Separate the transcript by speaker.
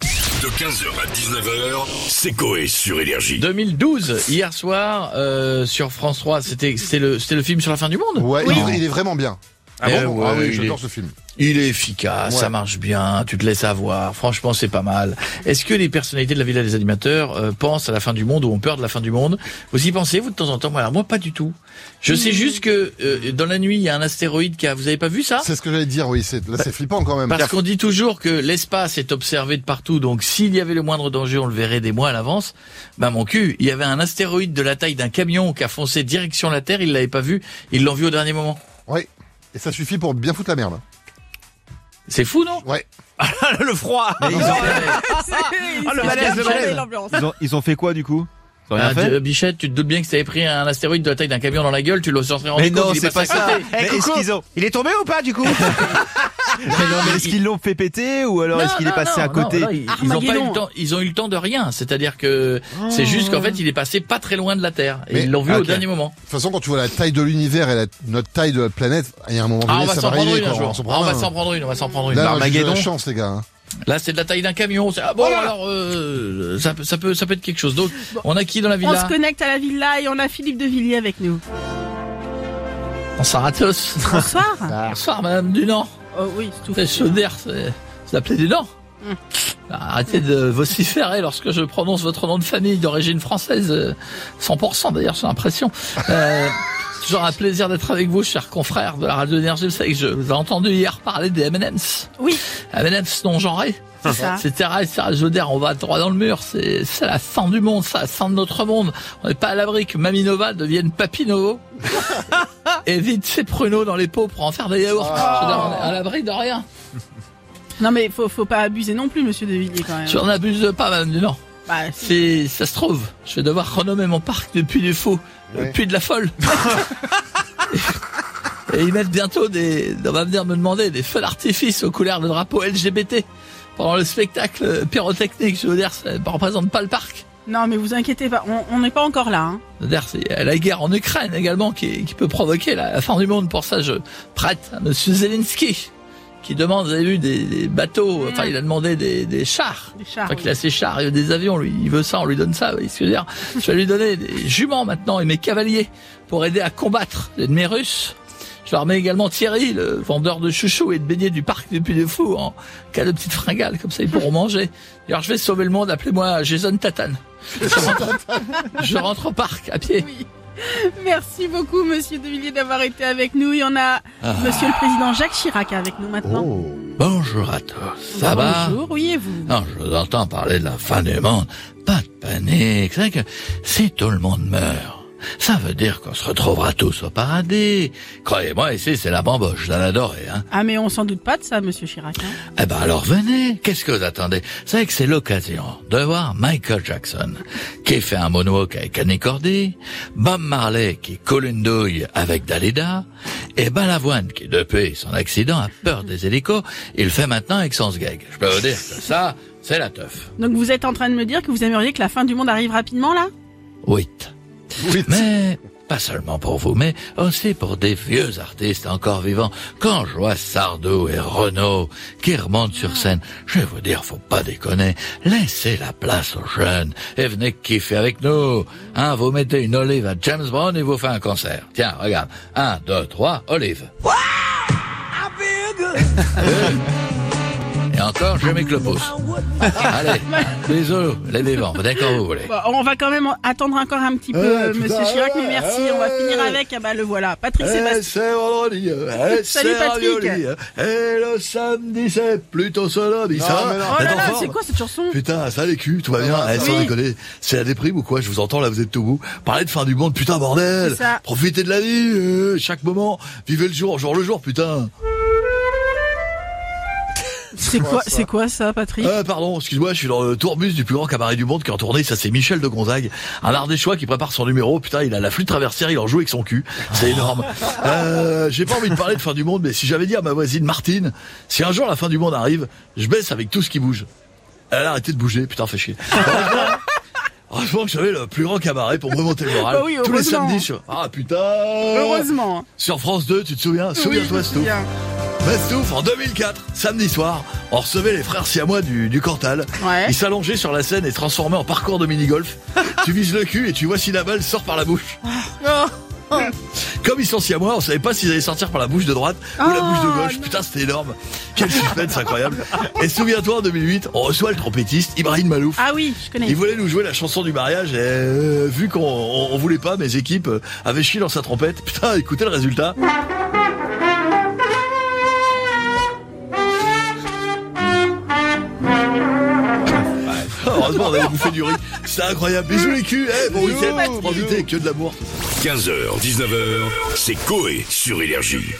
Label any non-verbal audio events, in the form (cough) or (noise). Speaker 1: De 15h à 19h, c'est Coé sur Énergie.
Speaker 2: 2012, hier soir, euh, sur France 3, c'était c'était le, c'était le film sur la fin du monde
Speaker 3: Ouais,
Speaker 2: Oui.
Speaker 3: il, est- il est vraiment bien.
Speaker 2: Eh
Speaker 3: bon
Speaker 2: ouais,
Speaker 3: ah oui,
Speaker 2: il, est,
Speaker 3: j'adore ce film.
Speaker 2: il est efficace,
Speaker 3: Ouais.
Speaker 2: ça marche bien, tu te laisses avoir, franchement c'est pas mal. Est-ce que les personnalités de la Villa des Animateurs euh, pensent à la fin du monde ou ont peur de la fin du monde Vous y pensez, vous, de temps en temps Moi, Alors moi, pas du tout. Je sais juste que euh, dans la nuit, il y a un astéroïde qui a... Vous avez pas vu ça
Speaker 3: C'est ce que j'allais dire, oui. C'est, là, c'est flippant quand même.
Speaker 2: Parce qu'on dit toujours que l'espace est observé de partout, donc s'il y avait le moindre danger, on le verrait des mois à l'avance. Bah mon cul, il y avait un astéroïde de la taille d'un camion qui a foncé direction la Terre, il l'avait pas vu, ils l'ont vu au dernier moment.
Speaker 3: Ouais. Et ça suffit pour bien foutre la merde.
Speaker 2: C'est fou, non
Speaker 3: Ouais.
Speaker 2: Le froid
Speaker 4: Ah, le malaise, le malaise. l'ambiance.
Speaker 5: Ils ont, ils ont fait quoi du coup Ils ont rien
Speaker 2: Ah,
Speaker 5: fait
Speaker 2: Dieu, Bichette, tu te doutes bien que si t'avais pris un astéroïde de la taille d'un camion dans la gueule, tu l'aurais sorti en
Speaker 5: Mais non, c'est pas ça.
Speaker 6: Eh,
Speaker 5: Mais est-ce
Speaker 6: coucou.
Speaker 5: qu'ils ont-
Speaker 6: Il est tombé ou pas du coup
Speaker 5: Mais non, mais (laughs) est-ce qu'ils l'ont fait péter ou alors est-ce qu'il est passé à côté
Speaker 2: ils, ils ont pas eu le temps, ils ont eu le temps de rien. C'est-à-dire que c'est juste qu'en fait, il est passé pas très loin de la Terre. Et
Speaker 3: Mais-
Speaker 2: ils l'ont vu au
Speaker 5: ok.
Speaker 2: dernier moment.
Speaker 3: De toute façon, quand tu vois la taille de l'univers et la, notre taille de la planète, il y a un moment
Speaker 2: Ah,
Speaker 3: donné,
Speaker 2: on va
Speaker 3: ça
Speaker 2: s'en
Speaker 3: va
Speaker 2: prendre
Speaker 3: arriver.
Speaker 2: une un
Speaker 3: quoi.
Speaker 2: jour.
Speaker 3: On s'en
Speaker 2: Ah,
Speaker 3: prend
Speaker 2: on va
Speaker 3: un.
Speaker 2: s'en prendre une, on va s'en prendre une. Bah,
Speaker 3: Là, j'ai de
Speaker 5: Armageddon.
Speaker 3: la chance, les gars. hein.
Speaker 2: Là, c'est de la taille d'un camion. C'est- Ah bon, alors, euh, ça, peut- ça, peut, ça peut être quelque chose. Donc, on a qui dans la
Speaker 4: On se
Speaker 2: villa
Speaker 4: connecte à la villa et on a Philippe de Villiers avec nous.
Speaker 2: On s'arratos.
Speaker 4: Bonsoir.
Speaker 2: (laughs) Bonsoir, madame Dunant.
Speaker 4: Oh oui, c'est tout.
Speaker 2: C'est Sauder, c'est c'est la plaie Dunant.
Speaker 3: Hmm.
Speaker 2: Bah, Arrêtez de vociférer lorsque je prononce votre nom de famille d'origine française. euh, 100% d'ailleurs, j'ai l'impression. Euh, c'est toujours un plaisir d'être avec vous, chers confrères de la radio énergie. Vous savez que je vous ai entendu hier parler des M&M's.
Speaker 4: Oui,
Speaker 2: M&M's non genrés.
Speaker 4: c'est ça.
Speaker 2: etc. etc. Je veux dire, on va droit dans le mur. C'est c'est la fin du monde, ça, la fin de notre monde. On n'est pas à l'abri que Maminova devienne
Speaker 4: (laughs)
Speaker 2: Papinovo. Et vide ses pruneaux dans les peaux pour en faire des yaourts.
Speaker 4: Ah.
Speaker 2: Je veux dire, on est à l'abri de rien.
Speaker 4: Non mais faut, faut pas abuser non plus, monsieur de Villiers quand même.
Speaker 2: Tu en abuses pas, Madame Dunant.
Speaker 4: Bah, si.
Speaker 2: C'est, ça se trouve, je vais devoir renommer mon parc de Puy du Fou, le
Speaker 3: Ouais.
Speaker 2: Puy de la Folle. Et ils mettent bientôt des, on va venir me demander des feux d'artifice aux couleurs de drapeau LGBT pendant le spectacle pyrotechnique. Je veux dire, ça ne représente pas le parc.
Speaker 4: Non mais vous inquiétez pas, on on n'est pas encore là. hein.
Speaker 2: D'ailleurs, c'est la guerre en Ukraine également qui, qui peut provoquer la, la fin du monde. Pour ça, je prête à Monsieur Zelensky qui demande, vous avez vu, des, des bateaux. Enfin, il a demandé des, des chars.
Speaker 4: Des
Speaker 2: Enfin,
Speaker 4: chars, Ah oui.
Speaker 2: qu'il a ses chars, il a des avions. Lui, il veut ça, on lui donne ça. Vous voyez ce que je veux dire Je vais lui donner des juments maintenant et mes cavaliers pour aider à combattre l'ennemi russe. Je leur mets également Thierry, le vendeur de chouchous et de beignets du parc du Puy des Fous, en cas de petite fringale, comme ça ils pourront manger. D'ailleurs, je vais sauver le monde, appelez-moi Jason Tatane. je rentre au parc à pied.
Speaker 4: Oui. Merci beaucoup, monsieur de Villiers d'avoir été avec nous. Il y en a
Speaker 2: Ah.
Speaker 4: monsieur le président Jacques Chirac avec nous maintenant.
Speaker 3: Oh.
Speaker 2: Bonjour à tous, ça va
Speaker 4: Bonjour, oui et vous
Speaker 2: Non, je vous entends parler de la fin du monde. Pas de panique, c'est que si tout le monde meurt, ça veut dire qu'on se retrouvera tous au paradis. Croyez-moi, ici, c'est la bamboche, j'en adoré, hein.
Speaker 4: Ah mais on s'en doute pas de ça, monsieur Chirac. hein.
Speaker 2: Eh ben alors venez, qu'est-ce que vous attendez C'est vrai que c'est l'occasion de voir Michael Jackson qui fait un moonwalk avec Annie Cordy, Bob Marley qui coule une douille avec Dalida, et Balavoine qui depuis son accident a peur des hélicos, il fait maintenant avec son sgeg. Je peux vous dire que ça, c'est la teuf.
Speaker 4: Donc vous êtes en train de me dire que vous aimeriez que la fin du monde arrive rapidement là
Speaker 2: Wait.
Speaker 3: Oui.
Speaker 2: Mais pas seulement pour vous, mais aussi pour des vieux artistes encore vivants. Quand je vois Sardou et Renaud qui remontent sur scène, je vais vous dire, faut pas déconner, laissez la place aux jeunes et venez kiffer avec nous. Hein, vous mettez une olive à James Brown et vous faites un concert. Tiens, regarde. Un, deux, trois, olive. Et encore, je mets que le pouce. Allez, bisous, les vivants, venez quand vous voulez.
Speaker 4: Bon, On va quand même en- attendre encore un petit peu, euh, monsieur Chirac, mais merci. On va finir avec, ah bah le voilà, Patrick
Speaker 2: Eh,
Speaker 4: Sébastien.
Speaker 7: c'est vendredi, eh,
Speaker 4: Salut,
Speaker 7: c'est
Speaker 4: Patrick.
Speaker 7: ravioli, et le samedi c'est plutôt solide,
Speaker 3: Non,
Speaker 7: ça va
Speaker 3: mais non.
Speaker 4: Oh là
Speaker 7: T'es en
Speaker 4: là,
Speaker 7: forme
Speaker 4: c'est quoi cette chanson
Speaker 7: Putain, ça les culs, tout va bien, eh, sans
Speaker 4: Oui.
Speaker 7: déconner, c'est la déprime ou quoi Je vous entends là, vous êtes tout bout. Parlez de fin du monde, putain bordel
Speaker 4: C'est ça.
Speaker 7: Profitez de la vie, euh, chaque moment, vivez le jour, jour le jour, putain
Speaker 4: C'est quoi, c'est quoi ça, Patrick
Speaker 7: Ah pardon, excuse-moi, je suis dans le tourbus du plus grand cabaret du monde qui est en tournée, ça c'est Michel de Gonzague, un ardéchois qui prépare son numéro, putain, il a la flûte traversière, il en joue avec son cul, c'est énorme. Euh, j'ai pas envie de parler de fin du monde, mais si j'avais dit à ma voisine Martine, si un jour la fin du monde arrive, je baisse avec tout ce qui bouge. Elle a arrêté de bouger, putain, fait chier. Franchement, que j'avais le plus grand cabaret pour me remonter le moral.
Speaker 4: Bah oui,
Speaker 7: Tous les
Speaker 4: heureusement.
Speaker 7: samedis sur... Ah putain
Speaker 4: Heureusement.
Speaker 7: Sur France 2, tu te souviens
Speaker 4: Oui, je
Speaker 7: Souviens-toi,
Speaker 4: me
Speaker 7: c'est tout.
Speaker 4: souviens.
Speaker 2: Bastouf, en 2004, samedi soir, on recevait les frères siamois du, du Cantal.
Speaker 4: Ouais.
Speaker 2: Ils s'allongeaient sur la scène et se transformaient en parcours de
Speaker 4: (laughs)
Speaker 2: mini-golf. tu vises le cul et tu vois si la balle sort par la bouche.
Speaker 4: Oh.
Speaker 2: Comme ils sont siamois, on savait pas s'ils allaient sortir par la bouche de droite ou la
Speaker 4: Oh,
Speaker 2: bouche de gauche.
Speaker 4: non.
Speaker 2: Putain, c'était énorme. Quel suspense incroyable. Et souviens-toi, en 2008, on reçoit le trompettiste Ibrahim Malouf.
Speaker 4: Ah oui, je connais.
Speaker 2: Il voulait nous jouer la chanson du mariage et euh, vu qu'on on- on voulait pas, mes équipes euh, avaient chié dans sa trompette. (laughs) Putain, écoutez le résultat. Heureusement, on avait bouffé du riz. C'était incroyable. Bisous les culs. Eh, bon week-end. Profitez que de l'amour.
Speaker 1: 15h, 19h, c'est Coé sur Énergie.